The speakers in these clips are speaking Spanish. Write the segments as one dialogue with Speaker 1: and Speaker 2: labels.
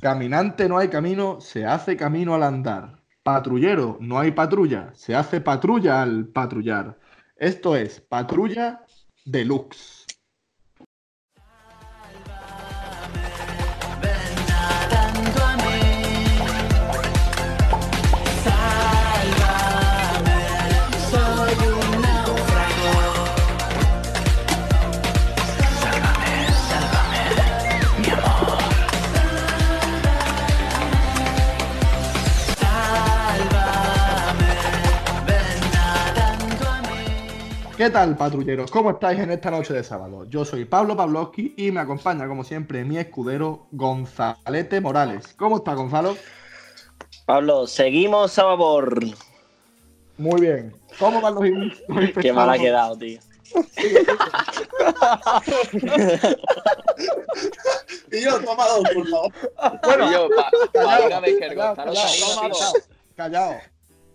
Speaker 1: Caminante no hay camino, se hace camino al andar. Patrullero no hay patrulla, se hace patrulla al patrullar. Esto es Patrulla Deluxe. ¿Qué tal, patrulleros? ¿Cómo estáis en esta noche de sábado? Yo soy Pablo Pavlovsky y me acompaña, como siempre, mi escudero Gonzalete Morales. ¿Cómo está, Gonzalo?
Speaker 2: Pablo, seguimos a favor.
Speaker 1: Muy bien. ¿Cómo van los, in- los
Speaker 3: Pues
Speaker 1: infectados?
Speaker 2: Qué mal ha quedado, tío.
Speaker 4: Y yo, toma dos, por favor.
Speaker 1: Bueno,
Speaker 5: Yo, pa-
Speaker 1: Callao,
Speaker 5: pa una vez que el
Speaker 1: callao,
Speaker 5: Gonzalo
Speaker 1: callao,
Speaker 5: salga, tío.
Speaker 1: callao, callao.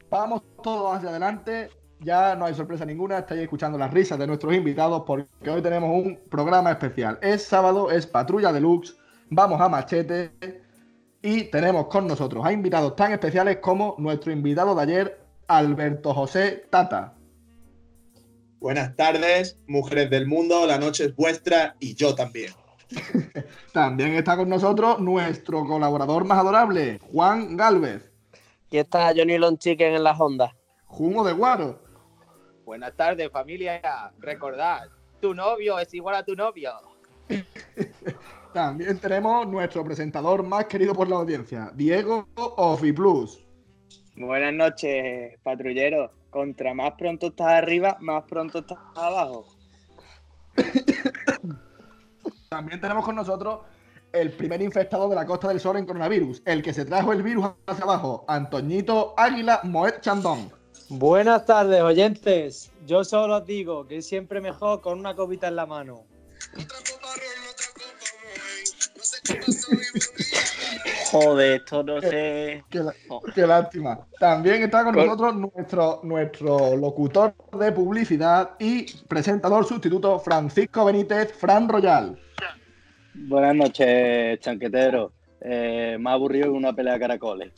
Speaker 1: Vamos todos hacia adelante. Ya no hay sorpresa ninguna. Estáis escuchando las risas de nuestros invitados porque hoy tenemos un programa especial. Es sábado, es Patrulla Deluxe. Vamos a machete. Y tenemos con nosotros a invitados tan especiales como nuestro invitado de ayer, Alberto José Tata.
Speaker 4: Buenas tardes, mujeres del mundo, la noche es vuestra y yo también.
Speaker 1: También está con nosotros nuestro colaborador más adorable, Juan Galvez,
Speaker 3: Y está Johnny Long Chicken en las ondas.
Speaker 1: Jumo de Guaro.
Speaker 5: Buenas tardes, familia. Recordad, tu novio es igual a tu novio.
Speaker 1: También tenemos nuestro presentador más querido por la audiencia, Diego Ofiplus.
Speaker 6: Buenas noches, patrulleros. Contra más pronto estás arriba, más pronto estás abajo.
Speaker 1: También tenemos con nosotros el primer infectado de la Costa del Sol en coronavirus, el que se trajo el virus hacia abajo, Antoñito Águila Moet Chandón.
Speaker 7: Buenas tardes, oyentes. Yo solo os digo que es siempre mejor con una copita en la mano.
Speaker 2: Joder, esto no sé.
Speaker 1: Qué, la- qué lástima. También está con nosotros nuestro, nuestro locutor de publicidad y presentador sustituto, Francisco Benítez, Fran Royal.
Speaker 8: Buenas noches, chanquetero. Eh, más aburrido que una pelea de caracoles.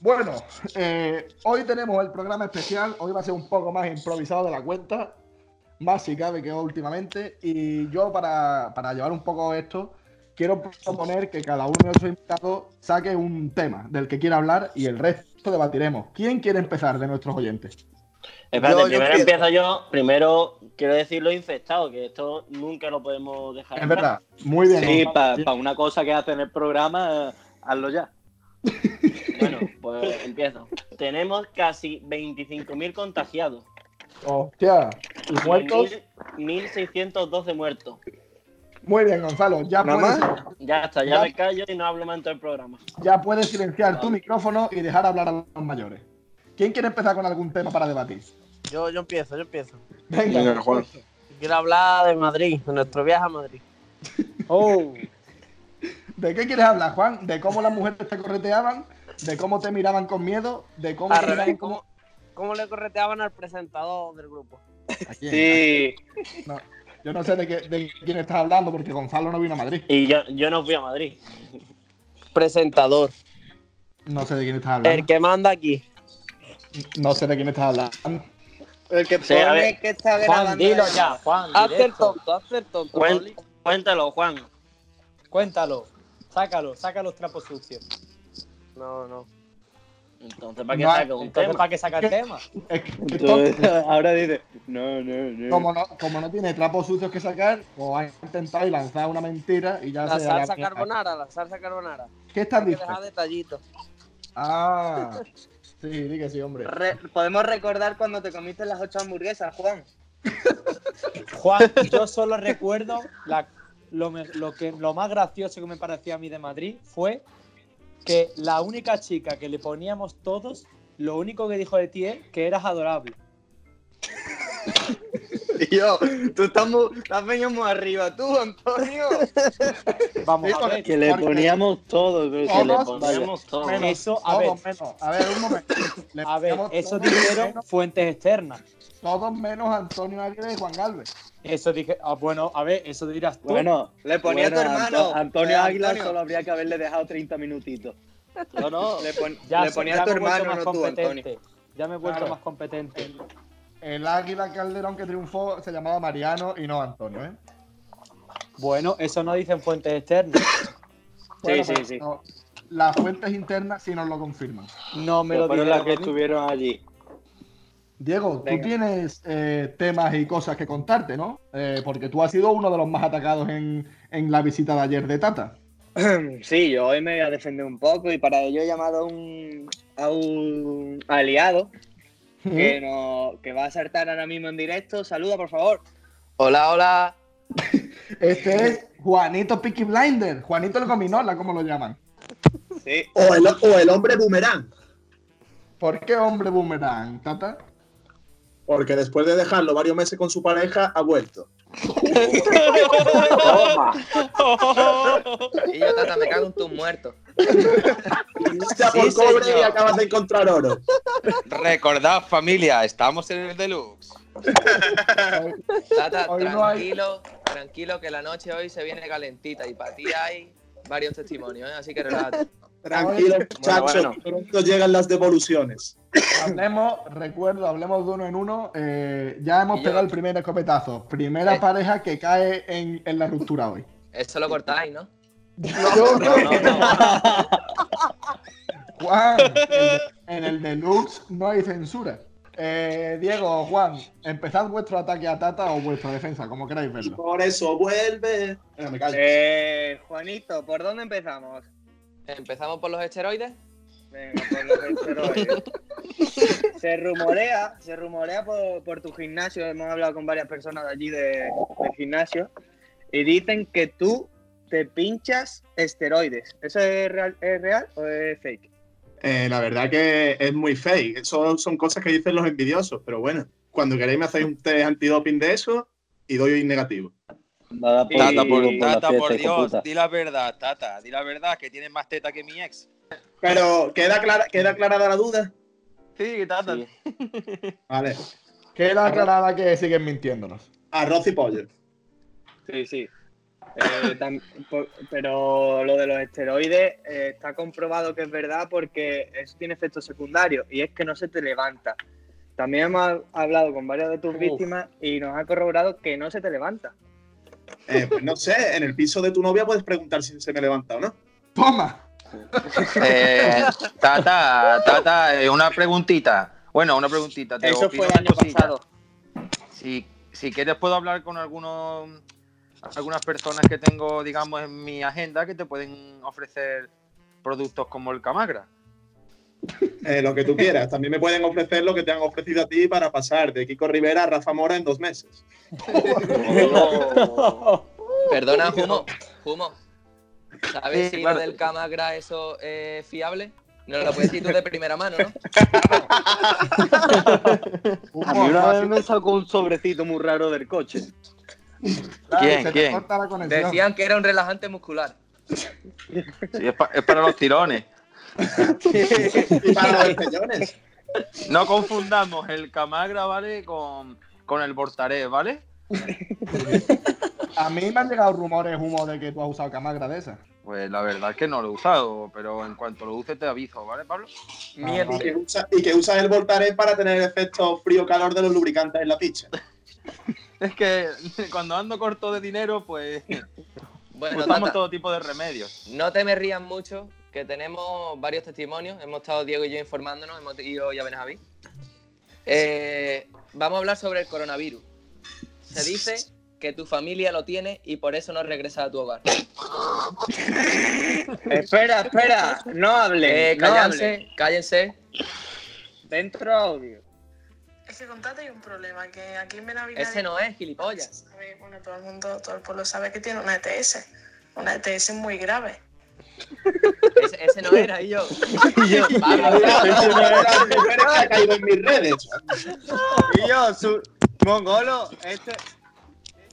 Speaker 1: Bueno, eh, hoy tenemos el programa especial. Hoy va a ser un poco más improvisado de la cuenta, más si cabe que últimamente. Y yo, para, para llevar un poco esto, quiero proponer que cada uno de nuestros invitados saque un tema del que quiera hablar y el resto debatiremos. ¿Quién quiere empezar de nuestros oyentes?
Speaker 2: Espérate,
Speaker 4: Yo- yo
Speaker 2: primero
Speaker 4: empiezo.
Speaker 2: empiezo yo. Primero quiero decir lo infectado, que esto nunca lo podemos dejar.
Speaker 1: Es verdad, muy bien.
Speaker 8: Sí,
Speaker 1: Gonzalo.
Speaker 8: para una cosa que hace en el programa, eh, hazlo ya.
Speaker 2: Bueno, pues empiezo. Tenemos casi 25.000 contagiados.
Speaker 1: Hostia, ¿y muertos?
Speaker 2: Mil- 1.612 muertos.
Speaker 1: Muy bien, Gonzalo. Ya puedes,
Speaker 2: Ya está, ya
Speaker 1: Ya.
Speaker 2: me callo y no hablo más en todo el programa.
Speaker 1: ya puedes silenciar tu micrófono y dejar hablar a los mayores. ¿Quién quiere empezar con algún tema para debatir?
Speaker 3: Yo, yo empiezo, yo empiezo.
Speaker 1: Venga,
Speaker 4: Venga, Juan.
Speaker 3: Quiero hablar de Madrid, de nuestro viaje a Madrid.
Speaker 7: Oh,
Speaker 1: ¿De qué quieres hablar, Juan? ¿De cómo las mujeres te correteaban? ¿De cómo te miraban con miedo? ¿De cómo
Speaker 3: Al
Speaker 1: te
Speaker 3: revés,
Speaker 1: miraban
Speaker 3: ¿cómo,
Speaker 1: como-
Speaker 3: cómo le correteaban al presentador del grupo?
Speaker 1: ¿A quién?
Speaker 6: Sí,
Speaker 1: Yo no sé de, qué- de quién estás hablando porque Gonzalo no vino a Madrid.
Speaker 2: Y yo, yo no fui a Madrid.
Speaker 3: Presentador.
Speaker 1: No sé de quién estás
Speaker 3: El
Speaker 1: hablando.
Speaker 3: que manda aquí.
Speaker 1: No sé de quién estás hablando.
Speaker 6: el que
Speaker 2: Sí, a
Speaker 6: pone
Speaker 2: ver.
Speaker 6: que está grabando.
Speaker 5: Juan, dilo ya, Juan.
Speaker 3: Hazte el
Speaker 5: directo.
Speaker 3: tonto, hazte el tonto.
Speaker 2: Cuen-
Speaker 3: Pablo.
Speaker 2: cuéntalo, Juan.
Speaker 7: cuéntalo. Sácalo, saca los trapos sucios.
Speaker 3: No, no.
Speaker 2: Entonces, ¿para qué
Speaker 1: No,
Speaker 2: saca un
Speaker 7: Entonces,
Speaker 2: tema?
Speaker 7: ¿para qué saca el tema?
Speaker 1: Es que esto,
Speaker 8: Entonces, ahora dice, no, no, no.
Speaker 1: como, no, como no tiene trapos sucios que sacar, o ha intentado y lanzar una mentira y ya
Speaker 3: La
Speaker 1: se
Speaker 3: salsa carbonara, la salsa carbonara.
Speaker 6: Ah,
Speaker 1: ¿Qué estás
Speaker 3: Hay que
Speaker 1: diciendo?
Speaker 3: dejar detallitos.
Speaker 1: Ah, sí, di que sí, hombre.
Speaker 6: Re- Podemos recordar cuando te comiste las ocho hamburguesas, Juan.
Speaker 7: Juan, yo solo recuerdo la- lo, me- lo que, lo más gracioso que me parecía a mí de Madrid fue que la única chica que le poníamos todos, lo único que dijo de ti es que eras adorable.
Speaker 6: Tío, tú estás muy, estás venido muy arriba, tú, Antonio.
Speaker 7: Vamos a ver.
Speaker 8: Que le
Speaker 1: Porque-
Speaker 8: poníamos todo, que
Speaker 1: Todos,
Speaker 8: le
Speaker 1: vale.
Speaker 8: poníamos.
Speaker 2: Ponemos todo.
Speaker 1: menos,
Speaker 7: Eso, a ver,
Speaker 1: todos menos. A ver, un momento. Le
Speaker 7: a ver,
Speaker 1: ponemos
Speaker 7: eso
Speaker 1: todos
Speaker 7: dijeron
Speaker 1: menos-
Speaker 7: fuentes externas.
Speaker 1: Todos menos Antonio Aguirre y Juan Galvez.
Speaker 7: Eso dije, ah, bueno, a ver, eso dirás tú.
Speaker 8: Bueno,
Speaker 6: Le ponía a tu
Speaker 8: bueno,
Speaker 6: hermano.
Speaker 8: Anto-
Speaker 6: Eh,
Speaker 8: Antonio Águila
Speaker 6: Antonio.
Speaker 8: solo habría que haberle dejado 30 minutitos.
Speaker 6: No, no. Le, pon-
Speaker 7: ya,
Speaker 6: le
Speaker 7: so-
Speaker 6: ponía
Speaker 7: ya
Speaker 6: a tu
Speaker 7: me he vuelto
Speaker 6: hermano,
Speaker 7: más
Speaker 6: no tú, Antonio.
Speaker 7: competente. Ya me he vuelto
Speaker 1: Claro.
Speaker 7: más competente.
Speaker 1: El Águila Calderón que triunfó se llamaba Mariano y no Antonio, ¿eh?
Speaker 7: Bueno, eso no dicen fuentes externas.
Speaker 1: Bueno,
Speaker 8: sí,
Speaker 1: pues,
Speaker 8: sí.
Speaker 1: no, las fuentes internas sí nos lo confirman.
Speaker 7: No me
Speaker 8: Pero
Speaker 2: Pues
Speaker 7: lo
Speaker 8: fueron las que
Speaker 7: dijeron. a mí.
Speaker 8: estuvieron allí.
Speaker 1: Diego,
Speaker 6: Venga.
Speaker 1: tú tienes eh, temas y cosas que contarte, ¿no? Eh, porque tú has sido uno de los más atacados en, en la visita de ayer de Tata.
Speaker 6: Sí, yo hoy me voy a defender un poco y para ello he llamado a un, a un aliado
Speaker 1: ¿Mm?
Speaker 8: Eh,
Speaker 6: que, no, que va a saltar ahora mismo en directo. Saluda, por favor.
Speaker 5: Hola, hola.
Speaker 1: Este es Juanito Picky Blinder, Juanito el Gominola, como lo llaman.
Speaker 6: Sí,
Speaker 4: O el, o el hombre boomerang.
Speaker 1: ¿Por qué hombre boomerang, Tata?
Speaker 4: Porque después de dejarlo varios meses con su pareja, ha vuelto.
Speaker 5: Y yo, Tata, me cago en tus muertos.
Speaker 4: Lucha por cobre y acabas de encontrar oro.
Speaker 5: Recordad, familia, estamos en el deluxe. Tata,
Speaker 1: Hoy no hay-
Speaker 5: tranquilo, tranquilo, que la noche hoy se viene calentita y para ti hay varios testimonios, ¿eh? así que relájate.
Speaker 4: Tranquilo, muchachos. Pronto llegan las devoluciones.
Speaker 1: Hablemos, recuerdo, hablemos de uno en uno. eh, ya hemos
Speaker 5: Y yo-
Speaker 1: pegado el primer escopetazo. Primera
Speaker 5: Eh.
Speaker 1: pareja que cae en, en la ruptura hoy.
Speaker 5: Eso lo cortáis, ¿no?
Speaker 1: Juan, en el- en el deluxe no hay censura. Eh, Diego, Juan, empezad vuestro ataque a Tata o vuestra defensa, como queráis
Speaker 4: Y
Speaker 1: verlo.
Speaker 4: por eso vuelve. Venga, me callo.
Speaker 6: Eh, Juanito, ¿por dónde empezamos?
Speaker 5: ¿Empezamos por los esteroides?
Speaker 6: Venga, pues por los esteroides. ¿eh? se rumorea, se rumorea por, por tu gimnasio. Hemos hablado con varias personas de allí de- del gimnasio. Y dicen que tú te pinchas esteroides. ¿Eso es real, es real o es fake?
Speaker 4: Eh, la verdad que es muy fake. Eso son cosas que dicen los envidiosos, pero bueno, cuando queréis me hacéis un test antidoping de eso y doy negativo.
Speaker 8: Nada por,
Speaker 6: Tata, por-
Speaker 8: la
Speaker 9: Tata, por
Speaker 8: fiesta, hijo
Speaker 9: Dios,
Speaker 8: puta.
Speaker 9: di la verdad, Tata, di la verdad, que tienes más teta que mi ex.
Speaker 4: Pero queda clara, queda aclarada la duda.
Speaker 9: Sí, Tata.
Speaker 8: Sí.
Speaker 4: Vale,
Speaker 1: Queda aclarada que siguen mintiéndonos.
Speaker 4: arroz y pollo.
Speaker 6: Sí, sí. Eh, tam- por- pero lo de los esteroides eh, está comprobado que es verdad porque eso tiene efectos secundarios y es que no se te levanta. También hemos hab- hablado con varias de tus víctimas y nos ha corroborado que no se te levanta.
Speaker 4: Eh, pues no sé, en el piso de tu novia puedes preguntar si se me levanta o no.
Speaker 1: ¡Toma!
Speaker 9: Eh, tata, Tata, eh, una preguntita. Bueno, una preguntita. Te
Speaker 6: Eso
Speaker 9: opino
Speaker 6: fue el
Speaker 9: una
Speaker 6: año
Speaker 9: cosilla.
Speaker 6: pasado.
Speaker 9: Si, si quieres puedo hablar con algunos, algunas personas que tengo, digamos, en mi agenda que te pueden ofrecer productos como el Camagra.
Speaker 4: Eh, lo que tú quieras. También me pueden ofrecer lo que te han ofrecido a ti para pasar de Kiko Rivera a Rafa Mora en dos meses.
Speaker 5: Perdona, Jumo. Jumo. ¿Sabes
Speaker 9: Sí,
Speaker 5: si
Speaker 9: claro.
Speaker 5: lo del Camagra eso es fiable? No lo puedes decir tú de primera mano, ¿no?
Speaker 8: A mí una vez me sacó un sobrecito muy raro del coche.
Speaker 9: ¿Quién?
Speaker 1: Se te
Speaker 9: ¿Quién?
Speaker 1: corta la conexión.
Speaker 5: Decían que era un relajante muscular.
Speaker 9: Sí, es, pa- es para los tirones.
Speaker 4: Y para los peñones.
Speaker 9: No confundamos el Camagra, ¿vale? Con, con el Bortaré, ¿vale?
Speaker 1: A mí me han llegado rumores, humo, de que tú has usado camagra de esas.
Speaker 9: Pues la verdad es que no lo he usado, pero en cuanto lo use te aviso, ¿vale, Pablo?
Speaker 5: Mierda.
Speaker 4: Y que, usa- y que usas el Voltaren para tener efecto frío-calor de los lubricantes en la picha.
Speaker 9: Es que cuando ando corto de dinero, pues
Speaker 7: Pues
Speaker 5: Bueno,
Speaker 9: usamos
Speaker 5: Tata,
Speaker 9: todo tipo de remedios.
Speaker 5: no te me rías mucho, que tenemos varios testimonios. Hemos estado Diego y yo informándonos, hemos ido ya ven a Javi. Eh, vamos a hablar sobre el coronavirus. Se dice que tu familia lo tiene y por eso no regresa a tu hogar.
Speaker 6: espera, espera, no hable,
Speaker 5: Eh,
Speaker 6: no hable.
Speaker 5: cállense, cállense.
Speaker 6: Dentro audio.
Speaker 10: Ese contrato hay un problema, que aquí en Benavidades...
Speaker 5: Ese no es, gilipollas.
Speaker 10: sabe- Bueno, todo el mundo, todo el pueblo sabe que tiene una ETS. Una ETS muy grave.
Speaker 5: Ese, ese no era, y yo.
Speaker 4: Ahora, las mujeres que ha caído en mis redes.
Speaker 6: Y yo, su, Mongolo, este.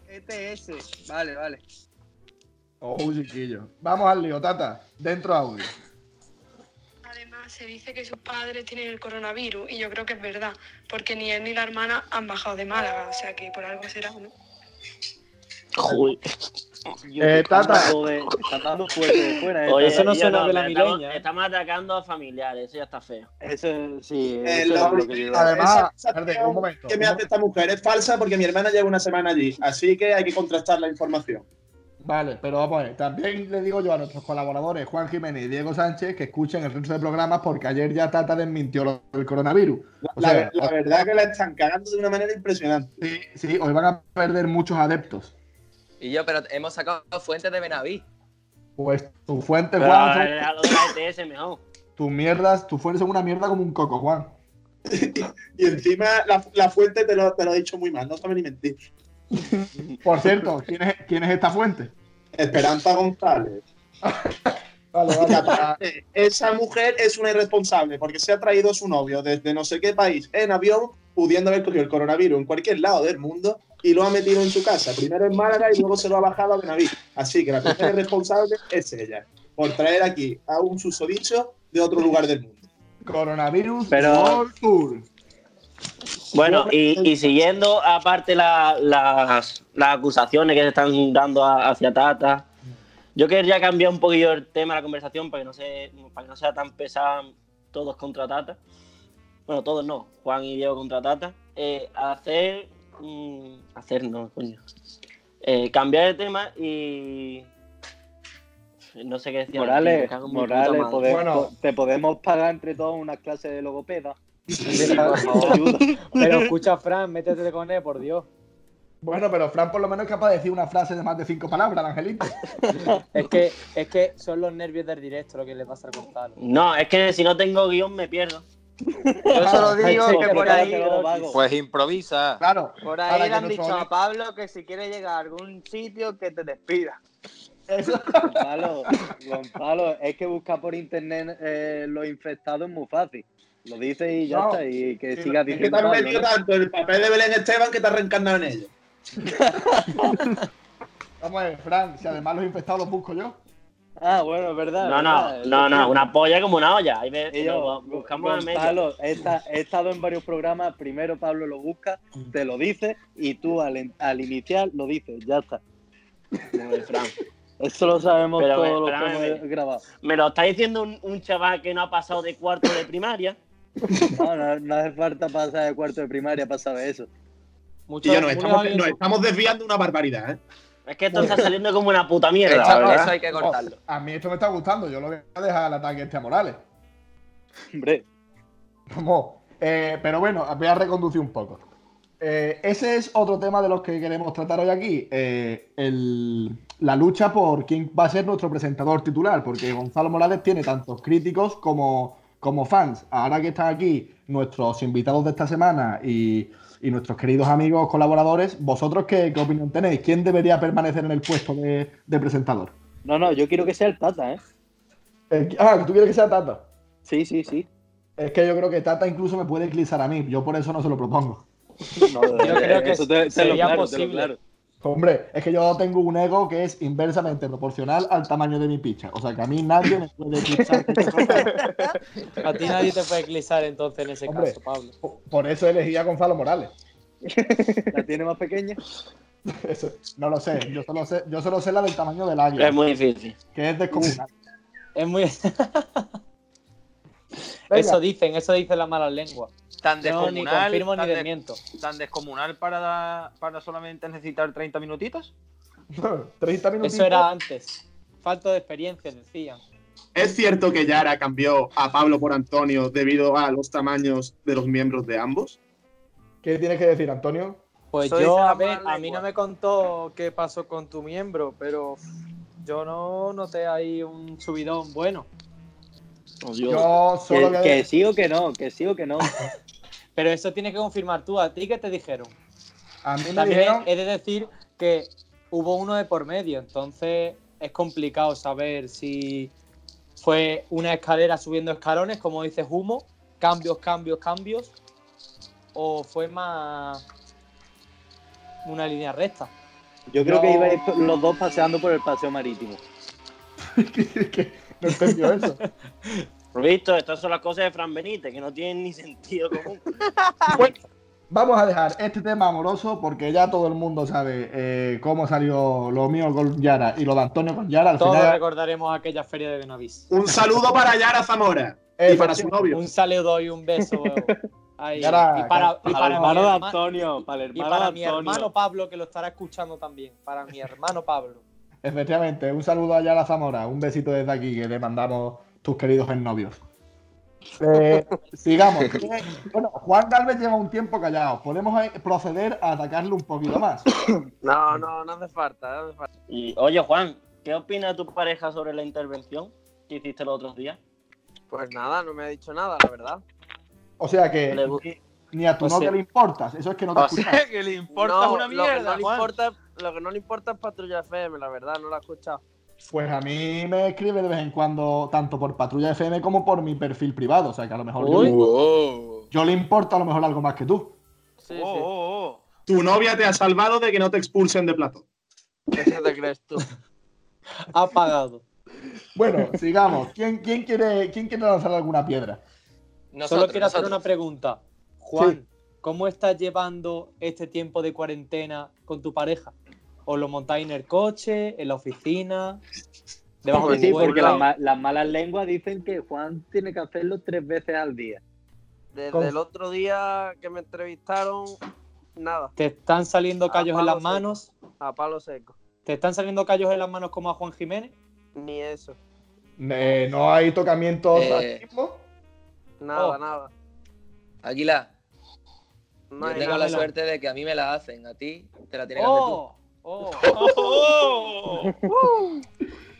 Speaker 6: ETS. E Vale, vale.
Speaker 1: Oh, chiquillo. Vamos al lío, Tata. Dentro audio.
Speaker 10: Además, se dice que sus padres tienen el coronavirus y yo creo que es verdad, porque ni él ni la hermana han bajado de Málaga, o sea que por algo será, ¿no?
Speaker 2: Joder.
Speaker 1: Eh, Tata.
Speaker 2: Está dando fuera.
Speaker 1: eh, Tata. Eso no suena
Speaker 2: de
Speaker 1: de la
Speaker 2: Estamos,
Speaker 1: mileña,
Speaker 2: estamos atacando a familiares, eso ya está feo.
Speaker 8: Eso sí.
Speaker 4: Eh, lo-
Speaker 1: Además,
Speaker 4: esa- esa
Speaker 1: espérate, un momento.
Speaker 4: que me hace esta mujer es falsa porque mi hermana lleva una semana allí, así que hay que contrastar la información.
Speaker 1: Vale, pero vamos a ver. También le digo yo a nuestros colaboradores, Juan Jiménez y Diego Sánchez, que escuchen el resto de programas porque ayer ya Tata desmintió lo del coronavirus. O
Speaker 4: La,
Speaker 1: sea, ah.
Speaker 4: la verdad que la están cagando de una manera impresionante.
Speaker 1: Sí, sí, hoy van a perder muchos adeptos.
Speaker 5: Y yo, pero hemos sacado fuentes de Benaví.
Speaker 1: Pues tu fuente,
Speaker 2: Pero eh,
Speaker 1: Juan, son-
Speaker 2: a lo de la ETS mejor.
Speaker 1: tus mierdas, tus fuentes son una mierda como un coco, Juan.
Speaker 4: Y encima la, la fuente te lo, te lo he dicho muy mal, no sabe ni mentir.
Speaker 1: Por cierto, ¿quién es, quién es esta fuente?
Speaker 4: Esperanza González.
Speaker 1: Vale,
Speaker 4: Y
Speaker 1: vale.
Speaker 4: aparte, esa mujer es una irresponsable porque se ha traído a su novio desde no sé qué país en avión, pudiendo haber cogido el coronavirus en cualquier lado del mundo y lo ha metido en su casa. Primero en Málaga y luego se lo ha bajado a Benaví. Así que la primera irresponsable es ella, por traer aquí a un susodicho de otro lugar del mundo.
Speaker 1: Coronavirus
Speaker 2: Pero-
Speaker 1: World Tour.
Speaker 2: Bueno, y, y siguiendo aparte la- las, las acusaciones que se están dando a- hacia Tata, yo quería cambiar un poquillo el tema de la conversación para que no, se, para que no sea tan pesada todos contra Tata. Bueno, todos no, Juan y Diego contra Tata. Eh, hacer. mm, hacer no, coño. Eh, cambiar de tema y. No sé qué decir.
Speaker 8: Morales,
Speaker 2: me cago en mi puta
Speaker 8: Morales,
Speaker 2: madre.
Speaker 8: podemos-
Speaker 7: Bueno.
Speaker 8: te podemos pagar entre todos unas clases de logopeda.
Speaker 7: Pero, pero escucha, Fran, métete con él, por Dios.
Speaker 1: Bueno, pero Fran por lo menos es capaz de decir una frase de más de cinco palabras, el Angelito.
Speaker 7: Es que, es que son los nervios del directo lo que le pasa a Gonzalo.
Speaker 2: No, es que si no tengo guión me pierdo.
Speaker 3: Yo solo digo
Speaker 7: Sí,
Speaker 3: que
Speaker 7: que
Speaker 3: por
Speaker 7: cada
Speaker 3: ahí,
Speaker 7: que lo vago.
Speaker 9: Pues improvisa.
Speaker 1: Claro.
Speaker 3: por
Speaker 1: Ahora
Speaker 3: ahí
Speaker 1: que
Speaker 3: le han
Speaker 1: nuestro
Speaker 3: dicho a
Speaker 1: oyente-
Speaker 3: Pablo que si quiere llegar a algún sitio que te despida.
Speaker 1: Eso-
Speaker 8: Gonzalo,
Speaker 2: Pues-
Speaker 8: Gonzalo, es que buscar por internet eh, los infectados es muy fácil. Lo dices y ya
Speaker 1: No.
Speaker 8: está, y que
Speaker 1: Sí,
Speaker 8: sigas
Speaker 4: Es que te
Speaker 8: diciendo.
Speaker 4: han
Speaker 8: Pablo,
Speaker 4: metido
Speaker 8: ¿no?
Speaker 4: tanto en el papel de Belén Esteban que te has reencarnado en ello.
Speaker 1: Vamos a ver, Fran, si además los infectados los busco yo.
Speaker 8: Ah, bueno, es verdad.
Speaker 2: No, no,
Speaker 8: verdad.
Speaker 2: no, no, una polla como una olla. Ahí ve-
Speaker 8: Y yo,
Speaker 2: lo buscamos en medio.
Speaker 8: Gonzalo, he, esta- he estado en varios programas. Primero Pablo lo busca, te lo dice, y tú al, en- al iniciar lo dices, ya está.
Speaker 2: Muy Fran.
Speaker 8: Eso lo sabemos
Speaker 2: Pero,
Speaker 8: todos los
Speaker 2: espérame,
Speaker 8: que hemos
Speaker 2: espérame.
Speaker 8: grabado.
Speaker 2: Me lo está diciendo un, un chaval que no ha pasado de cuarto de primaria.
Speaker 8: No, no, no hace falta pasar de cuarto de primaria para saber eso.
Speaker 4: Y
Speaker 7: Muchos-
Speaker 4: ya nos
Speaker 7: muchos
Speaker 4: estamos,
Speaker 7: habéis-
Speaker 4: nos estamos desviando una barbaridad, ¿eh?
Speaker 2: Es que esto está saliendo como una puta mierda.
Speaker 5: Eso-
Speaker 2: ¿verdad?
Speaker 5: eso hay que cortarlo.
Speaker 1: A mí esto me está gustando, yo lo voy a dejar al ataque este a Morales.
Speaker 8: Hombre,
Speaker 1: Vamos. Eh, pero bueno, voy a reconducir un poco. Eh, ese es otro tema de los que queremos tratar hoy aquí. eh, el- la lucha por quién va a ser nuestro presentador titular, porque Gonzalo Morales tiene tantos críticos como, como fans. Ahora que están aquí nuestros invitados de esta semana y, y nuestros queridos amigos colaboradores, ¿vosotros qué, qué opinión tenéis? ¿Quién debería permanecer en el puesto de, de presentador?
Speaker 8: no, no, yo quiero que sea el Tata, ¿eh?
Speaker 1: Eh, ah, ¿tú quieres que sea Tata?
Speaker 8: Sí, sí, sí.
Speaker 1: Es que yo creo que Tata incluso me puede eclipsar a mí, yo por eso no se lo propongo.
Speaker 8: No, de-
Speaker 7: Yo creo que
Speaker 8: eso te, te lo
Speaker 7: sería
Speaker 8: claro, te
Speaker 7: posible.
Speaker 8: lo claro.
Speaker 1: Hombre, es que yo tengo un ego que es inversamente proporcional al tamaño de mi picha. O sea, que a mí nadie me puede eclipsar.
Speaker 7: A ti nadie te puede eclipsar entonces en ese
Speaker 1: Hombre.
Speaker 7: caso, Pablo.
Speaker 1: Por eso elegí a Gonzalo Morales.
Speaker 8: ¿La tiene más pequeña?
Speaker 1: Eso, no lo sé. Yo solo sé, yo solo sé la del tamaño del águila,
Speaker 2: Es muy difícil.
Speaker 1: que es descomunal.
Speaker 7: Es muy.
Speaker 1: Venga.
Speaker 7: Eso dicen, eso dicen las malas lenguas.
Speaker 9: Tan
Speaker 7: Yo ni
Speaker 9: descomunal.
Speaker 7: confirmo ni
Speaker 9: tan, de-
Speaker 7: desmiento.
Speaker 9: tan descomunal para, da- para solamente necesitar 30 minutitos.
Speaker 1: 30 minutos.
Speaker 7: Eso era antes. Falta de experiencia, decían.
Speaker 4: ¿Es cierto que Yara cambió a Pablo por Antonio debido a los tamaños de los miembros de ambos?
Speaker 1: ¿Qué tienes que decir, Antonio?
Speaker 7: Pues
Speaker 3: Eso
Speaker 7: yo,
Speaker 3: dice la
Speaker 7: a ver,
Speaker 3: mala
Speaker 7: a mí
Speaker 3: lengua.
Speaker 7: no me contó qué pasó con tu miembro, pero uf, yo no noté ahí un subidón bueno.
Speaker 1: Yo solo
Speaker 8: Que,
Speaker 1: que,
Speaker 8: que sí o que no, que sí o que no.
Speaker 7: Pero eso tienes que confirmar tú, a ti que te dijeron.
Speaker 1: a mí me
Speaker 7: También
Speaker 1: dijeron.
Speaker 7: he de decir que hubo uno de por medio, entonces es complicado saber si fue una escalera subiendo escalones, como dice Humo, cambios, cambios, cambios, o fue más una línea recta.
Speaker 8: Yo creo
Speaker 7: No.
Speaker 8: que ibais los dos paseando por el paseo marítimo.
Speaker 1: No entendió eso.
Speaker 2: Visto, estas son las cosas de Fran Benítez, que no tienen ni sentido común.
Speaker 1: Vamos a dejar este tema amoroso porque ya todo el mundo sabe eh, cómo salió lo mío con Yara y lo de Antonio con Yara. Al
Speaker 7: Todos
Speaker 1: final,
Speaker 7: recordaremos aquella feria de Benavís.
Speaker 4: Un saludo para Yara Zamora.
Speaker 1: eh,
Speaker 4: Y para su novio.
Speaker 7: Un saludo y un beso. Ahí.
Speaker 1: Y ahora,
Speaker 7: y para,
Speaker 8: Para,
Speaker 7: y para
Speaker 8: el
Speaker 7: mi
Speaker 8: hermano de
Speaker 7: herma-
Speaker 8: Antonio, para el
Speaker 7: y
Speaker 8: hermano
Speaker 7: para
Speaker 8: de
Speaker 7: mi
Speaker 8: Antonio.
Speaker 7: hermano Pablo, que lo estará escuchando también. Para mi hermano Pablo.
Speaker 1: Efectivamente, un saludo a Yara Zamora, un besito desde aquí que le mandamos tus queridos novios. sigamos. Eh, Bueno, Juan Galvez lleva un tiempo callado. Podemos eh, proceder a atacarle un poquito más.
Speaker 3: No, no, no hace falta. No hace falta.
Speaker 2: Y, oye, Juan, ¿qué opina tu pareja sobre la intervención que hiciste los otros días?
Speaker 3: Pues nada, no me ha dicho nada, la verdad.
Speaker 1: O sea
Speaker 8: Eh,
Speaker 1: que
Speaker 2: Le gu-
Speaker 1: ni a tu
Speaker 7: O
Speaker 1: novia
Speaker 7: sea-
Speaker 1: le importas. Eso es que no te
Speaker 9: O
Speaker 1: escuchas.
Speaker 9: sea, que le importa
Speaker 3: No,
Speaker 9: una
Speaker 3: lo que, no
Speaker 9: mierda,
Speaker 3: le
Speaker 9: Juan.
Speaker 3: importa, lo que no le importa es Patrulla FM, la verdad, no la he escuchado.
Speaker 1: Pues a mí me escribe de vez en cuando, tanto por Patrulla FM como por mi perfil privado. O sea que a lo mejor yo, le-
Speaker 9: Oh,
Speaker 1: yo le importa a lo mejor algo más que tú.
Speaker 3: Sí,
Speaker 9: oh, oh.
Speaker 4: Tu novia te ha salvado de que no te expulsen de plato.
Speaker 3: sí. ¿Qué te crees tú?
Speaker 7: Ha pagado.
Speaker 1: Bueno, sigamos. ¿Quién, quién quiere, ¿Quién quiere lanzar alguna piedra?
Speaker 7: Solo
Speaker 5: Nosotros,
Speaker 7: quiero hacer
Speaker 5: nosotros.
Speaker 7: una pregunta. Juan, ¿cómo estás llevando este tiempo de cuarentena con tu pareja? ¿Os lo montáis en el coche, en la oficina? Debajo
Speaker 8: Porque
Speaker 7: del
Speaker 8: sí,
Speaker 7: puente?
Speaker 8: porque las ma- las malas lenguas dicen que Juan tiene que hacerlo tres veces al día.
Speaker 3: Desde
Speaker 1: ¿Cómo?
Speaker 3: el otro día que me entrevistaron, nada,
Speaker 7: ¿Te están
Speaker 5: Ah,
Speaker 7: saliendo callos en
Speaker 3: Apagado,
Speaker 7: las
Speaker 3: sí.
Speaker 7: manos?
Speaker 3: a palo seco.
Speaker 7: ¿Te están saliendo callos en las manos como a Juan Jiménez?
Speaker 3: Ni eso.
Speaker 1: Eh, no hay tocamientos
Speaker 5: Eh,
Speaker 1: aquí, ¿no?
Speaker 3: Nada,
Speaker 7: Oh.
Speaker 3: nada.
Speaker 5: Águila,
Speaker 3: No
Speaker 5: yo
Speaker 3: hay
Speaker 5: tengo
Speaker 3: nada.
Speaker 5: la suerte de que a mí me la hacen, a ti te la tienes que hacer tú.
Speaker 7: ¡Oh! ¡Oh!
Speaker 9: Oh, oh, oh.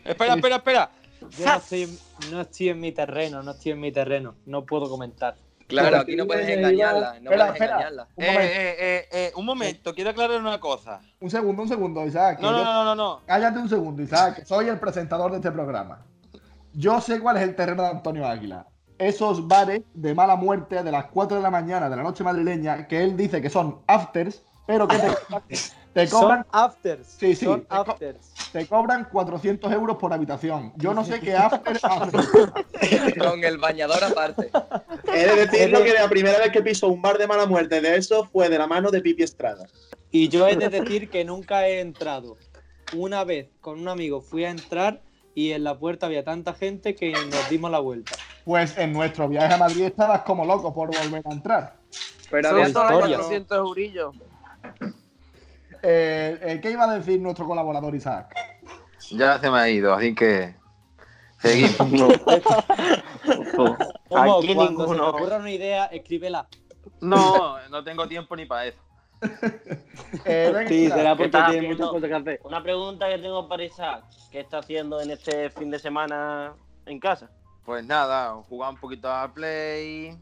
Speaker 9: espera, espera, espera.
Speaker 7: Yo no estoy, no estoy en mi terreno, no estoy en mi terreno. No puedo comentar.
Speaker 5: Claro, aquí no puedes engañarla,
Speaker 1: Espera,
Speaker 5: no puedes
Speaker 1: espera.
Speaker 5: engañarla.
Speaker 1: Un,
Speaker 9: Eh,
Speaker 1: momento,
Speaker 9: eh, eh, eh, un momento, quiero aclarar una cosa.
Speaker 1: un segundo, un segundo, Isaac. que
Speaker 9: No,
Speaker 1: yo-
Speaker 9: no, no, no, no.
Speaker 1: Cállate un segundo, Isaac. que Soy el presentador de este programa. Yo sé cuál es el terreno de Antonio Águila. Esos bares de mala muerte de las 4 de la mañana de la noche madrileña que él dice que son afters, pero que te, te
Speaker 7: Son
Speaker 1: cobran,
Speaker 7: afters.
Speaker 1: Sí, sí,
Speaker 7: Son
Speaker 1: te co-
Speaker 7: afters.
Speaker 1: te cobran 400 euros por habitación. Yo no sé qué after hace.
Speaker 5: Con el bañador aparte.
Speaker 4: He de decirlo que la primera vez que piso un bar de mala muerte de eso fue de la mano de Pipi Estrada.
Speaker 7: Y yo he de decir que nunca he entrado. Una vez con un amigo fui a entrar y en la puerta había tanta gente que nos dimos la vuelta.
Speaker 1: Pues en nuestro viaje a Madrid estabas como loco por volver a entrar.
Speaker 6: Pero
Speaker 3: Son
Speaker 6: había
Speaker 3: solo
Speaker 7: historia.
Speaker 3: 400 eurillos.
Speaker 1: Eh, eh, ¿Qué iba a decir nuestro colaborador Isaac?
Speaker 9: Ya se me ha ido, así que. Seguimos.
Speaker 7: Como
Speaker 2: Aquí
Speaker 7: cuando se te
Speaker 2: ninguno.
Speaker 7: ocurra una idea, escríbela.
Speaker 9: No, no tengo tiempo ni para eso.
Speaker 1: Eh, venga,
Speaker 8: Sí,
Speaker 1: Isaac.
Speaker 8: será
Speaker 2: ¿Qué
Speaker 8: porque
Speaker 2: estás
Speaker 8: tiene
Speaker 2: haciendo?
Speaker 8: muchas cosas que hacer.
Speaker 2: Una pregunta que tengo para Isaac. ¿Qué está haciendo en este fin de semana en casa?
Speaker 9: Pues nada, jugar un poquito a Play.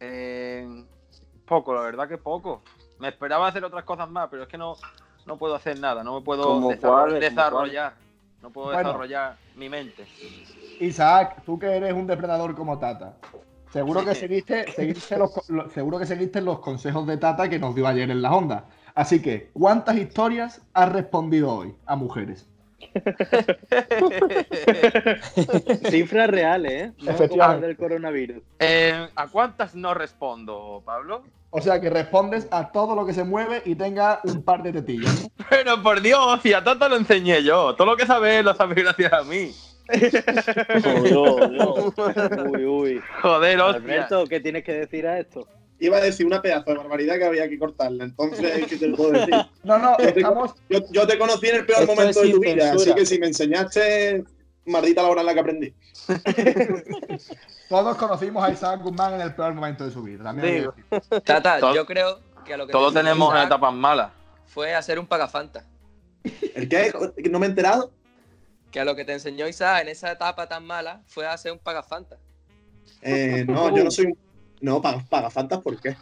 Speaker 9: eh, poco, la verdad que poco. Me esperaba hacer otras cosas más, pero es que no, no puedo hacer nada, no me puedo
Speaker 8: ¿Cómo
Speaker 9: desarro-
Speaker 8: cuáles? ¿Cómo
Speaker 9: desarrollar. No puedo
Speaker 1: Bueno.
Speaker 9: desarrollar mi mente.
Speaker 1: Isaac, tú que eres un depredador como Tata, seguro que seguiste, seguiste los, lo- seguro que seguiste los consejos de Tata que nos dio ayer en la onda. Así que, ¿cuántas historias has respondido hoy a mujeres?
Speaker 8: Cifras reales, ¿eh? No como las
Speaker 1: Efectivamente.
Speaker 8: del coronavirus.
Speaker 9: Eh, ¿A cuántas no respondo, Pablo?
Speaker 1: O sea que respondes a todo lo que se mueve y tenga un par de tetillas. ¿no?
Speaker 9: Pero por Dios, si a tanto lo enseñé yo. Todo lo que sabes lo sabes gracias a mí.
Speaker 8: Uy, uy.
Speaker 9: Joder, hostia.
Speaker 8: Alberto, ¿qué tienes que decir a esto?
Speaker 4: Iba a decir una pedazo de barbaridad que había que cortarla. Entonces, ¿qué te puedo decir?
Speaker 1: No, no, estamos,
Speaker 4: Yo, yo te conocí en el peor
Speaker 7: Esto
Speaker 4: momento
Speaker 7: es
Speaker 4: de tu
Speaker 7: sin
Speaker 4: vida, así
Speaker 7: censura.
Speaker 4: que si me enseñaste, maldita la hora en la que aprendí.
Speaker 1: todos conocimos a Isaac Guzmán en el peor momento de su vida. también hay que
Speaker 3: Digo.
Speaker 1: decir.
Speaker 5: Tata,
Speaker 9: Todo-
Speaker 5: yo creo que a lo que
Speaker 9: Todos
Speaker 5: te enseñó
Speaker 9: tenemos
Speaker 5: Isaac
Speaker 9: etapas malas.
Speaker 5: fue hacer un pagafanta.
Speaker 4: ¿El qué? ¿No me he enterado?
Speaker 5: Que a lo que te enseñó Isaac en esa etapa tan mala fue hacer un pagafanta.
Speaker 4: Eh, no, yo no soy un... No, paga, paga fantas, ¿por qué?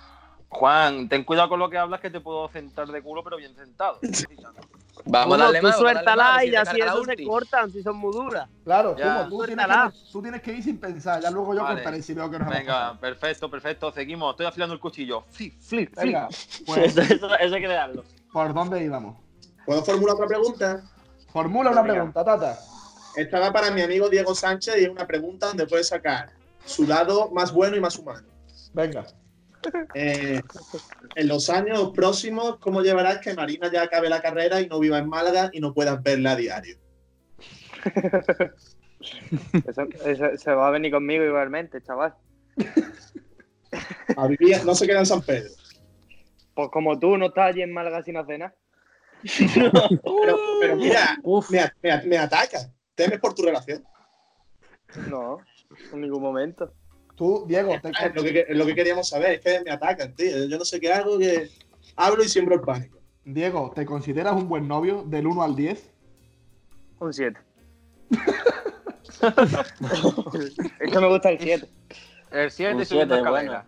Speaker 9: Juan, ten cuidado con lo que hablas que te puedo sentar de culo, pero bien sentado.
Speaker 5: Vamos a darle
Speaker 3: tú
Speaker 5: más. vamos a darle más,
Speaker 3: suéltala
Speaker 5: si
Speaker 3: y
Speaker 5: te
Speaker 3: así
Speaker 5: carga la
Speaker 3: eso se
Speaker 5: ulti.
Speaker 3: cortan, si son muy duras.
Speaker 1: Claro,
Speaker 9: Ya.
Speaker 1: Hugo, tú, tienes que, tú tienes que ir sin pensar, ya luego yo
Speaker 9: Vale.
Speaker 1: cortaré si veo que nos hemos
Speaker 9: Venga,
Speaker 1: pasado.
Speaker 9: perfecto, perfecto. Seguimos. Estoy afilando el cuchillo. Flip, flip, flip.
Speaker 1: Venga, pues
Speaker 2: Eso, eso- eso hay que darlo.
Speaker 1: ¿Por dónde íbamos?
Speaker 4: ¿Puedo formular otra pregunta?
Speaker 1: Formula una pregunta, Tata.
Speaker 4: Esta va para mi amigo Diego Sánchez y es una pregunta donde puede sacar su lado más bueno y más humano.
Speaker 1: Venga.
Speaker 4: Eh, en los años próximos, ¿cómo llevarás que Marina ya acabe la carrera y no viva en Málaga y no puedas verla a diario?
Speaker 6: Eso- eso- se va a venir conmigo igualmente, chaval.
Speaker 4: A vivir, no se queda en San Pedro.
Speaker 6: Pues como tú no estás allí en Málaga sin hacer nada.
Speaker 4: Pero, pero mira, me, a- me a- me ataca. Temes por tu relación.
Speaker 6: No, en ningún momento.
Speaker 1: Tú, Diego, te...
Speaker 4: Es lo, que, es lo que queríamos saber, es que me atacan, tío. Yo no sé qué hago, que hablo y siembro el pánico.
Speaker 1: Diego, ¿te consideras un buen novio del 1 al 10?
Speaker 6: Un 7. es que me gusta el 7.
Speaker 9: El 7
Speaker 2: Un
Speaker 9: subiendo
Speaker 2: siete,
Speaker 9: escalera.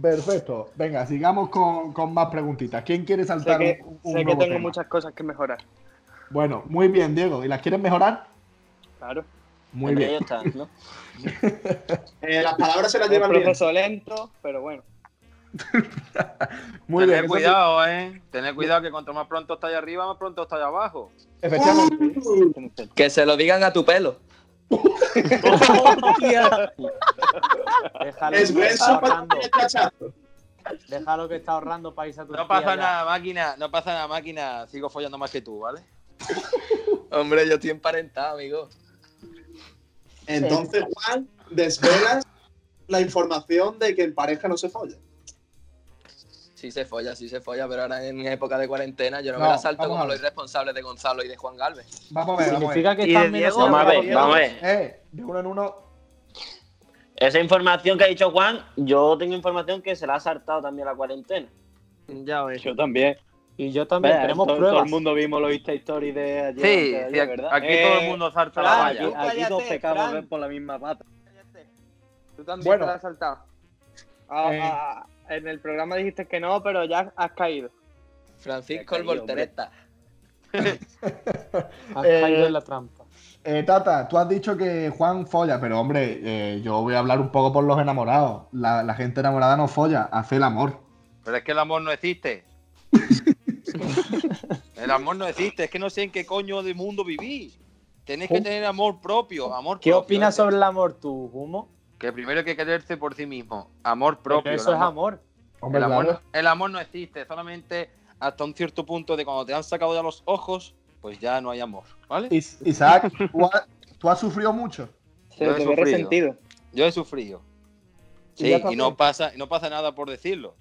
Speaker 1: Perfecto. Venga, sigamos con, con más preguntitas. ¿Quién quiere
Speaker 6: Sé
Speaker 1: saltar
Speaker 6: que,
Speaker 1: un, un
Speaker 6: sé que
Speaker 1: nuevo
Speaker 6: tengo
Speaker 1: tema?
Speaker 6: muchas cosas que mejorar.
Speaker 1: Bueno, muy bien, Diego. ¿Y las quieres mejorar?
Speaker 6: Claro.
Speaker 1: Muy bien.
Speaker 2: está, ¿no?
Speaker 4: Eh, las palabras se las
Speaker 6: Es un
Speaker 4: llevan bien.
Speaker 6: proceso lento, pero bueno.
Speaker 1: Muy
Speaker 9: Tener
Speaker 1: bien. Eso sí-
Speaker 9: cuidado, eh. Tener cuidado que cuanto más pronto está ahí arriba, más pronto está ahí abajo.
Speaker 1: Efectivamente.
Speaker 5: Que se lo digan a tu pelo.
Speaker 7: Déjalo,
Speaker 4: Es
Speaker 7: que está
Speaker 4: verso para
Speaker 7: ahorrando,
Speaker 4: el cachazo.
Speaker 7: déjalo que está ahorrando para irse a tu
Speaker 9: No pasa nada, máquina. No pasa nada, máquina. Sigo follando más que tú, ¿vale?
Speaker 5: Hombre, yo estoy emparentado, amigo.
Speaker 4: Entonces, Juan, desvelas la información de que en pareja no se folla.
Speaker 5: Sí se folla, sí se folla, pero ahora en época de cuarentena yo no,
Speaker 1: No,
Speaker 5: me la salto
Speaker 1: vamos a
Speaker 5: como
Speaker 1: ver.
Speaker 5: los irresponsables de Gonzalo y de Juan Galvez.
Speaker 1: Vamos a ver, vamos a ver.
Speaker 7: Significa que
Speaker 8: Y de
Speaker 7: están menos
Speaker 8: Diego,
Speaker 2: Vamos a ver,
Speaker 7: elaborados.
Speaker 2: vamos a ver.
Speaker 1: Eh, de uno en uno.
Speaker 2: Esa información que ha dicho Juan, yo tengo información que se la ha saltado también la cuarentena.
Speaker 8: Ya ves.
Speaker 6: Yo también.
Speaker 7: Y yo también,
Speaker 6: Vaya,
Speaker 7: tenemos
Speaker 6: todo, todo
Speaker 7: pruebas.
Speaker 6: el mundo vimos los Insta Stories de ayer. antes
Speaker 9: Sí,
Speaker 6: de
Speaker 9: sí,
Speaker 6: ayer,
Speaker 9: aquí,
Speaker 6: ¿verdad?
Speaker 9: aquí
Speaker 6: Eh,
Speaker 9: todo el mundo salta la
Speaker 6: Fran,
Speaker 9: valla.
Speaker 6: Aquí, aquí
Speaker 3: cállate,
Speaker 6: todos pecamos
Speaker 7: ¿eh?
Speaker 3: Fran.
Speaker 6: por la misma pata.
Speaker 3: Cállate. Tú también
Speaker 1: Bueno.
Speaker 3: te la has saltado.
Speaker 6: Ah,
Speaker 1: Eh.
Speaker 6: ah, en el programa dijiste que no, pero ya has caído.
Speaker 5: Francisco el
Speaker 6: caído, hombre.
Speaker 5: Voltereta.
Speaker 7: Has
Speaker 1: Eh,
Speaker 7: caído en la trampa.
Speaker 1: Eh, Tata, tú has dicho que Juan folla, pero hombre, eh, yo voy a hablar un poco por los enamorados. La, la gente enamorada no folla, hace el amor.
Speaker 9: Pero es que el amor no existe. el amor no existe. Es que no sé en qué coño de mundo vivís. Tenéis que
Speaker 1: ¿Cómo?
Speaker 9: tener amor propio. Amor
Speaker 7: ¿Qué
Speaker 9: propio,
Speaker 7: opinas
Speaker 9: ¿eh?
Speaker 7: sobre el amor tú, Humo?
Speaker 9: Que primero hay que quererse por sí mismo. Amor
Speaker 7: Pero
Speaker 9: propio.
Speaker 7: eso
Speaker 9: el
Speaker 7: es amor.
Speaker 1: Hombre,
Speaker 9: El amor,
Speaker 1: claro.
Speaker 9: el amor no existe. Solamente hasta un cierto punto de cuando te han sacado ya los ojos, pues ya no hay amor. ¿Vale?
Speaker 1: Is- Isaac, ¿tú has, tú has sufrido mucho.
Speaker 6: Se
Speaker 9: Yo he
Speaker 6: te ve
Speaker 9: sufrido.
Speaker 6: resentido.
Speaker 9: Yo he sufrido.
Speaker 1: ¿Y
Speaker 9: Sí,
Speaker 1: ya
Speaker 9: y
Speaker 1: también?
Speaker 9: no pasa, y no pasa nada por decirlo.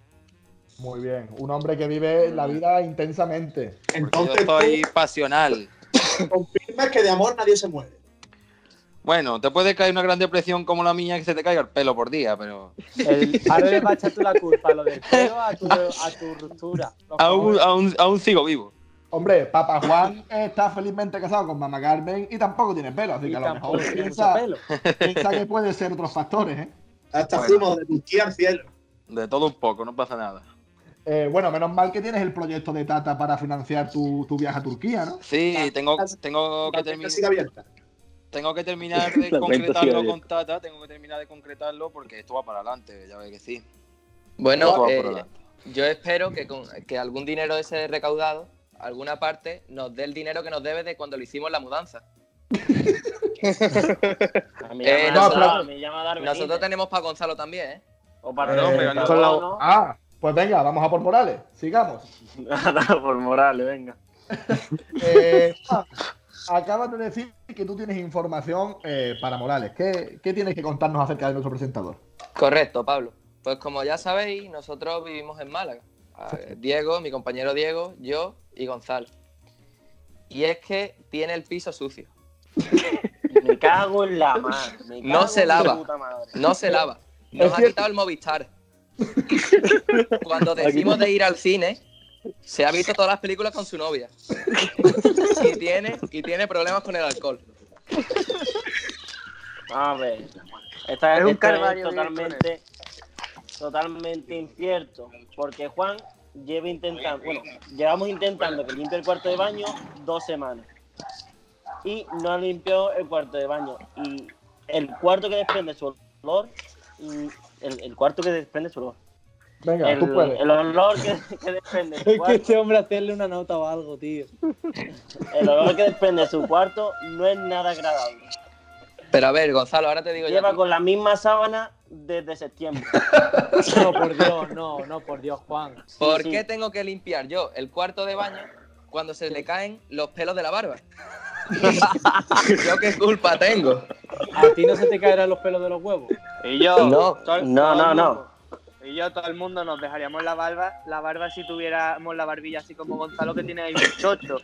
Speaker 1: Muy bien, un hombre que vive
Speaker 7: Mm.
Speaker 1: la vida intensamente.
Speaker 9: Porque yo
Speaker 4: Entonces,
Speaker 9: estoy pasional.
Speaker 4: tú confirmas que de amor nadie se muere.
Speaker 9: Bueno, te puede caer una gran depresión como la mía que se te caiga el pelo por día, pero.
Speaker 7: El, ahora le vas a echar tú la culpa, lo del pelo a tu, a tu ruptura. Los
Speaker 9: Aún,
Speaker 7: cojones.
Speaker 9: aún, aún sigo vivo.
Speaker 1: Hombre, Papá Juan está felizmente casado con Mamá Carmen y tampoco tiene pelo, así
Speaker 7: Y
Speaker 1: que a lo
Speaker 7: tampoco
Speaker 1: mejor
Speaker 7: tiene
Speaker 1: piensa,
Speaker 7: mucho pelo.
Speaker 1: piensa que puede ser otros factores. ¿eh?
Speaker 4: Hasta
Speaker 9: Bueno.
Speaker 4: fuimos de Turquía al cielo.
Speaker 9: De todo un poco, no pasa nada.
Speaker 1: Eh, bueno, menos mal que tienes el proyecto de Tata para financiar tu, tu viaje a Turquía, ¿no?
Speaker 9: Sí, tengo, tengo, que,
Speaker 4: La puerta
Speaker 9: terminar
Speaker 4: sigue abierta.
Speaker 9: tengo que terminar de
Speaker 8: La venta sigue
Speaker 9: concretarlo
Speaker 8: abierta.
Speaker 9: con Tata, tengo que terminar de concretarlo porque esto va para adelante, ya ves que sí. Esto
Speaker 5: Bueno,
Speaker 9: va para
Speaker 5: eh,
Speaker 9: adelante.
Speaker 5: yo espero que, con, que algún dinero de ese recaudado, alguna parte, nos dé el dinero que nos debe de cuando le hicimos la mudanza.
Speaker 2: A mí
Speaker 5: Eh,
Speaker 2: ya me
Speaker 5: no,
Speaker 2: ha
Speaker 5: pero-
Speaker 2: dado- a mí ya me ha dado
Speaker 5: Nosotros
Speaker 2: Benítez.
Speaker 5: tenemos para Gonzalo también, ¿eh?
Speaker 2: O para
Speaker 1: Eh,
Speaker 2: no, pero
Speaker 1: con
Speaker 2: no,
Speaker 1: la-
Speaker 2: no.
Speaker 1: Ah, pues venga, vamos a por Morales, sigamos.
Speaker 2: por Morales, venga.
Speaker 1: Eh, Juan, acabas de decir que tú tienes información eh, para Morales. ¿Qué, qué tienes que contarnos acerca de nuestro presentador?
Speaker 5: Correcto, Pablo. Pues como ya sabéis, nosotros vivimos en Málaga. A ver, Diego, mi compañero Diego, yo y Gonzalo. Y es que tiene el piso sucio.
Speaker 2: Me cago en la madre. me
Speaker 5: No
Speaker 2: cago
Speaker 5: se
Speaker 2: en la
Speaker 5: lava.
Speaker 2: puta madre.
Speaker 5: No se lava. Nos
Speaker 1: Es
Speaker 5: ha
Speaker 1: cierto.
Speaker 5: quitado el Movistar. Cuando decimos de ir al cine, se ha visto todas las películas con su novia. Y tiene, y tiene problemas con el alcohol.
Speaker 2: Ah, A ver. Esta,
Speaker 3: Es un
Speaker 2: esto es
Speaker 3: calvario
Speaker 2: totalmente, totalmente incierto. Porque Juan lleva intentando, bueno, llevamos intentando que limpie el cuarto de baño dos semanas. Y no ha limpiado el cuarto de baño. Y el cuarto que desprende su olor, mm, el, el cuarto que desprende su olor.
Speaker 1: Venga,
Speaker 2: el,
Speaker 1: tú puedes.
Speaker 2: el olor que, que desprende su
Speaker 7: Es que
Speaker 2: cuarto-
Speaker 7: este hombre hacerle una nota o algo, tío.
Speaker 2: el olor que desprende su cuarto no es nada agradable.
Speaker 5: Pero a ver, Gonzalo, ahora te digo yo.
Speaker 2: Lleva con la misma sábana desde septiembre.
Speaker 7: No, por Dios, no, no, por Dios, Juan.
Speaker 5: ¿Por
Speaker 2: sí.
Speaker 5: qué tengo que limpiar yo el cuarto de baño cuando se le caen los pelos de la barba? ¿Yo qué culpa tengo?
Speaker 7: A ti no se te caerán los pelos de los huevos.
Speaker 6: Y yo,
Speaker 2: No,
Speaker 6: todo-
Speaker 2: no,
Speaker 6: todo el
Speaker 2: no, no.
Speaker 6: mundo- Y yo, todo el mundo nos dejaríamos la barba, la barba si tuviéramos la barbilla así como Gonzalo que tiene ahí un chocho.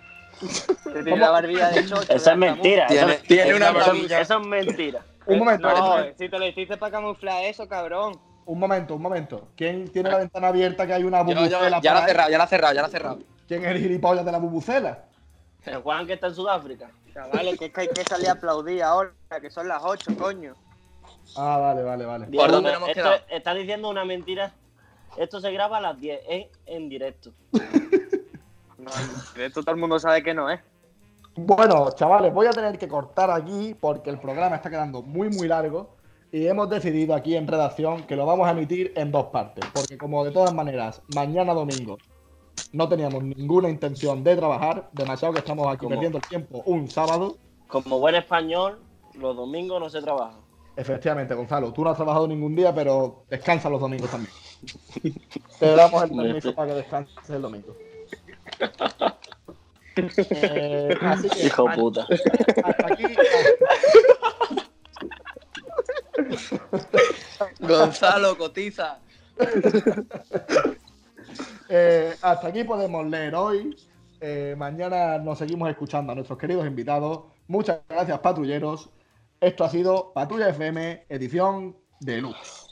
Speaker 6: Que tiene la barbilla de chocho.
Speaker 2: Eso es
Speaker 6: de
Speaker 2: mentira.
Speaker 6: Alcamuz.
Speaker 2: eso-
Speaker 11: Tiene- tiene
Speaker 2: eso-
Speaker 11: una
Speaker 2: eso-
Speaker 11: barbilla.
Speaker 2: Eso es mentira.
Speaker 1: Un momento,
Speaker 6: No,
Speaker 1: un
Speaker 6: si te lo hiciste para camuflar eso, cabrón.
Speaker 1: momento, un momento. ¿Quién tiene la ventana abierta que hay una
Speaker 5: Yo- yo-
Speaker 1: bubucela?
Speaker 5: ya
Speaker 1: por
Speaker 5: la ha
Speaker 1: ahí?
Speaker 5: cerrado, ya la ha cerrado, ya la ha cerrado.
Speaker 1: ¿Quién es el gilipollas de la bubucela?
Speaker 2: El Juan que está en Sudáfrica.
Speaker 6: Chavales, que es que hay que salir a aplaudir ahora, que son las 8, coño.
Speaker 1: Ah, vale, vale, vale.
Speaker 2: Diego,
Speaker 5: dónde nos hemos
Speaker 2: esto-
Speaker 5: quedado?
Speaker 2: Estás diciendo una mentira. Esto se graba a las 10 en, en directo.
Speaker 6: No, de esto todo el mundo sabe que no, ¿eh?
Speaker 1: Bueno, chavales, voy a tener que cortar aquí porque el programa está quedando muy, muy largo y hemos decidido aquí en redacción que lo vamos a emitir en dos partes, porque como de todas maneras, mañana domingo no teníamos ninguna intención de trabajar, demasiado que estamos aquí
Speaker 2: ¿Cómo?
Speaker 1: perdiendo el tiempo un sábado.
Speaker 2: Como buen español, los domingos no se trabaja.
Speaker 1: Efectivamente, Gonzalo, tú no has trabajado ningún día, pero descansa los domingos también. Te damos el permiso para que descanses el domingo. Eh, así que
Speaker 2: Hijo puta.
Speaker 1: hasta aquí.
Speaker 5: Gonzalo cotiza.
Speaker 1: Eh, hasta aquí podemos leer hoy. Eh, mañana nos seguimos escuchando a nuestros queridos invitados. Muchas gracias, patrulleros. Esto ha sido Patrulla FM, edición deluxe.